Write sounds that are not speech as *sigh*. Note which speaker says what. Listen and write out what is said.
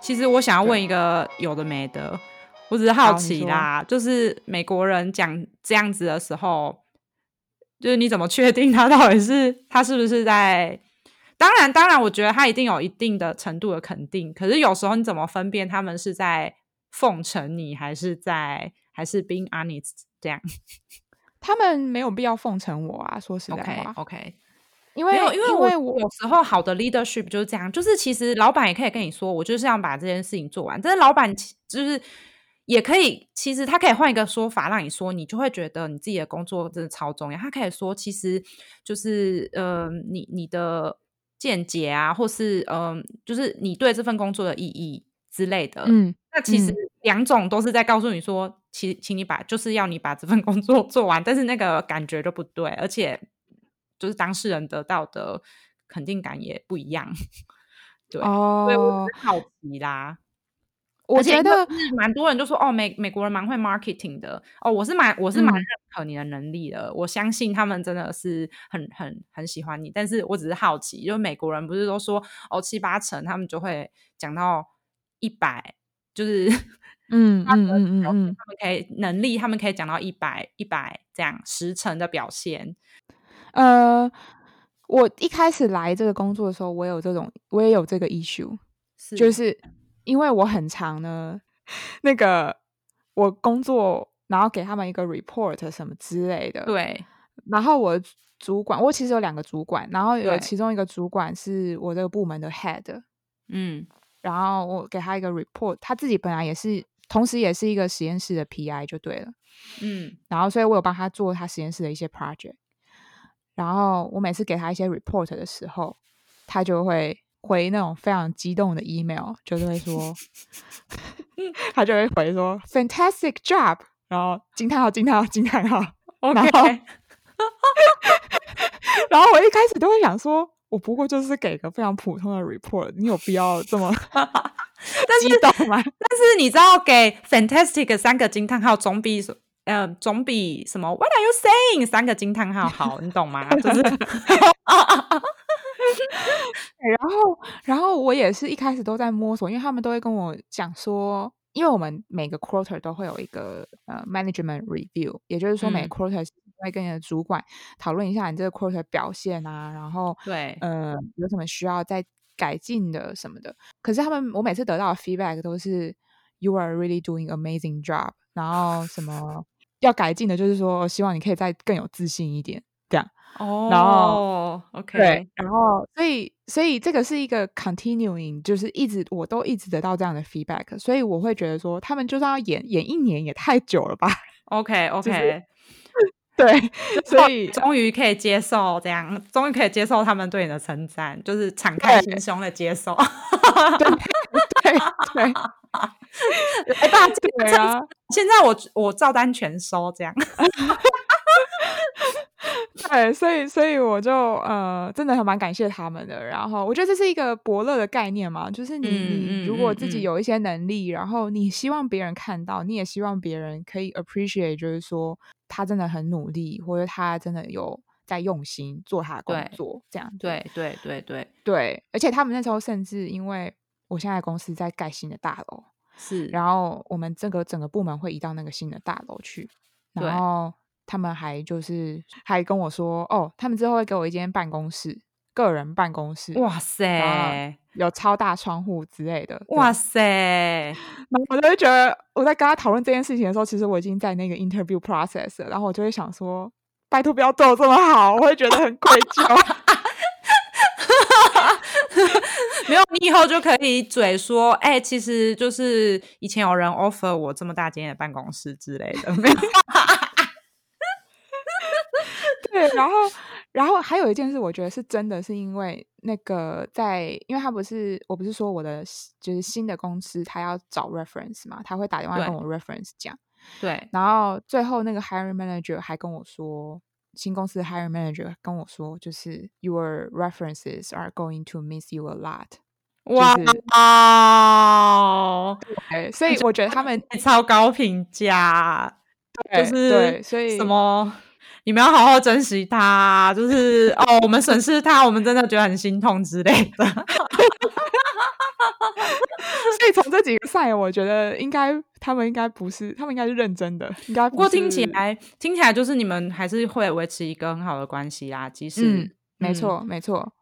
Speaker 1: 其实我想要问一个有的没的，我只是好奇啦，就是美国人讲这样子的时候，就是你怎么确定他到底是他是不是在？当然，当然，我觉得他一定有一定的程度的肯定，可是有时候你怎么分辨他们是在奉承你，还是在还是 being honest 这样
Speaker 2: 他们没有必要奉承我啊，说实在
Speaker 1: ？OK
Speaker 2: 话
Speaker 1: OK，
Speaker 2: 因
Speaker 1: 没
Speaker 2: 为
Speaker 1: 有，因为
Speaker 2: 为
Speaker 1: 我有时候好的 leadership 就是这样，就是其实老板也可以跟你说，我就是想把这件事情做完，但是老板其就是也可以，其实他可以换一个说法让你说，你就会觉得你自己的工作真的超重要。他可以说，其实就是呃，你你的见解啊，或是嗯、呃就是你对这份工作的意义之类的，
Speaker 2: 嗯，
Speaker 1: 那其实
Speaker 2: 嗯
Speaker 1: 两种都是在告诉你说，请请你把就是要你把这份工作 *laughs* 做完，但是那个感觉就不对，而且就是当事人得到的肯定感也不一样。对，所以我
Speaker 2: 哦
Speaker 1: 只，是好奇啦。
Speaker 2: 我
Speaker 1: 而且
Speaker 2: 觉
Speaker 1: 因为
Speaker 2: 得
Speaker 1: 就是蛮多人就说哦，美美国人蛮会 marketing 的哦，我是蛮我
Speaker 2: 嗯
Speaker 1: 是蛮认可你的能力的，我相信他们真的是很很很喜欢你，但是我只是好奇，就是美国人不是都说哦七八成他们就会讲到一百，就是
Speaker 2: 嗯
Speaker 1: 他
Speaker 2: 嗯
Speaker 1: 们
Speaker 2: 嗯嗯
Speaker 1: 表现
Speaker 2: 嗯，
Speaker 1: 他们可以能力，他们可以讲到一百一百这样十成的表现。
Speaker 2: 呃，我一开始来这个工作的时候，我有这种，我也有这个 issue，
Speaker 1: 是
Speaker 2: 就是因为我很常呢，那个我工作，然后给他们一个 report 什么之类的，。
Speaker 1: 对
Speaker 2: 然后我的主管，我其实有两个主管，然后有
Speaker 1: 对
Speaker 2: 其中一个主管是我这个部门的 head，
Speaker 1: 嗯
Speaker 2: 然后我给他一个 report，他自己本来也是，同时也是一个实验室的 PI 就对了。
Speaker 1: *laughs* 嗯
Speaker 2: 然后所以我有帮他做他实验室的一些 project，然后我每次给他一些 report 的时候，他就会回那种非常激动的 email，就是会说，他就会回说 fantastic job，然后惊叹号惊叹号惊叹号，然后
Speaker 1: ，OK，
Speaker 2: 然后我一开始都会想说，我不过就是给个非常普通的 report，你有必要这么激动
Speaker 1: 但
Speaker 2: 吗？
Speaker 1: 是你知道，给 fantastic 三个惊叹号总比说呃总比什么 What are you saying 三个惊叹号好，你懂吗？ *laughs* 就是
Speaker 2: 对然后，然后我也是一开始都在摸索，因为他们都会跟我讲说，因为我们每个 quarter 都会有一个呃 management review，也就是说每
Speaker 1: 嗯
Speaker 2: 个 quarter 是会跟你的主管讨论一下你这个 quarter 表现啊，然后
Speaker 1: 对，
Speaker 2: 呃有什么需要再改进的什么的。可是他们我每次得到的 feedback 都是 you are really doing amazing job，然后什么要改进的就是说哦希望你可以再更有自信一点，这样。
Speaker 1: 哦
Speaker 2: 对
Speaker 1: ，OK，，
Speaker 2: 然后所以所以这个是一个 continuing，就是一直我都一直得到这样的 feedback，所以我会觉得说他们就算要演演一年也太久了吧？
Speaker 1: OK
Speaker 2: 就是
Speaker 1: OK，
Speaker 2: 对， *laughs* 所
Speaker 1: 后
Speaker 2: 以
Speaker 1: 终于可以接受这样，终于可以接受他们对你的称赞，就是敞开心胸的接受。 *laughs*
Speaker 2: 对对对
Speaker 1: 哎，爸，
Speaker 2: *laughs* 对啊，
Speaker 1: 现在我我照单全收这样。
Speaker 2: *laughs* 对，所以所以我就呃真的还蛮感谢他们的。然后我觉得这是一个伯乐的概念嘛，就是
Speaker 1: 嗯
Speaker 2: 你你
Speaker 1: 嗯
Speaker 2: 如果
Speaker 1: 嗯
Speaker 2: 自己
Speaker 1: 嗯
Speaker 2: 有一些能力，然后你希望别人看到，你也希望别人可以 appreciate，就是说他真的很努力，或者他真的有在用心做他的工
Speaker 1: 对
Speaker 2: 作这样子。
Speaker 1: 对对对对，
Speaker 2: 对，而且他们那时候甚至因为我现在公司在盖新的大楼，
Speaker 1: 是，
Speaker 2: 然后我们这个整个部门会移到那个新的大楼去，
Speaker 1: 对
Speaker 2: 然后他们还就是还跟我说，哦，他们之后会给我一间办公室，个人办公室，
Speaker 1: 哇
Speaker 2: 然后
Speaker 1: 塞，
Speaker 2: 有超大窗户之类的，这
Speaker 1: 哇
Speaker 2: 样，
Speaker 1: 塞，
Speaker 2: 然后我就会觉得我在跟他讨论这件事情的时候，其实我已经在那个 interview process，了然后我就会想说，拜托不要对我这么好，我会觉得很愧疚。 *laughs*
Speaker 1: 没有，你以后就可以嘴说，哎、其实就是以前有人 offer 我这么大间的办公室之类的，
Speaker 2: *laughs*
Speaker 1: 没有，
Speaker 2: 对，然后，然后还有一件事，我觉得是真的是因为那个在，因为他不是，我不是说我的新就是新的公司，他要找 reference 嘛，他会打电话跟
Speaker 1: 对
Speaker 2: 我 reference 讲，
Speaker 1: 对，
Speaker 2: 然后最后那个 hiring manager 还跟我说，新公司的 hiring manager 跟我说，就是 your references are going to miss you a lot，就
Speaker 1: 哇
Speaker 2: 是，
Speaker 1: 哦，
Speaker 2: 哎，所以我觉得他们
Speaker 1: 超高评价，就
Speaker 2: 对对，
Speaker 1: 是
Speaker 2: 所以
Speaker 1: 什么。你们要好好珍惜他，就是哦，我们损失他，我们真的觉得很心痛之类的。
Speaker 2: 所以从这几个赛，我觉得应该他们应该不是，他们应该是认真的，应
Speaker 1: *laughs*
Speaker 2: 该
Speaker 1: 不
Speaker 2: 不
Speaker 1: 过听
Speaker 2: 是
Speaker 1: 起来听起来就是你们还是会维持一个很好的关系啦，即使、
Speaker 2: 嗯，没错，没错。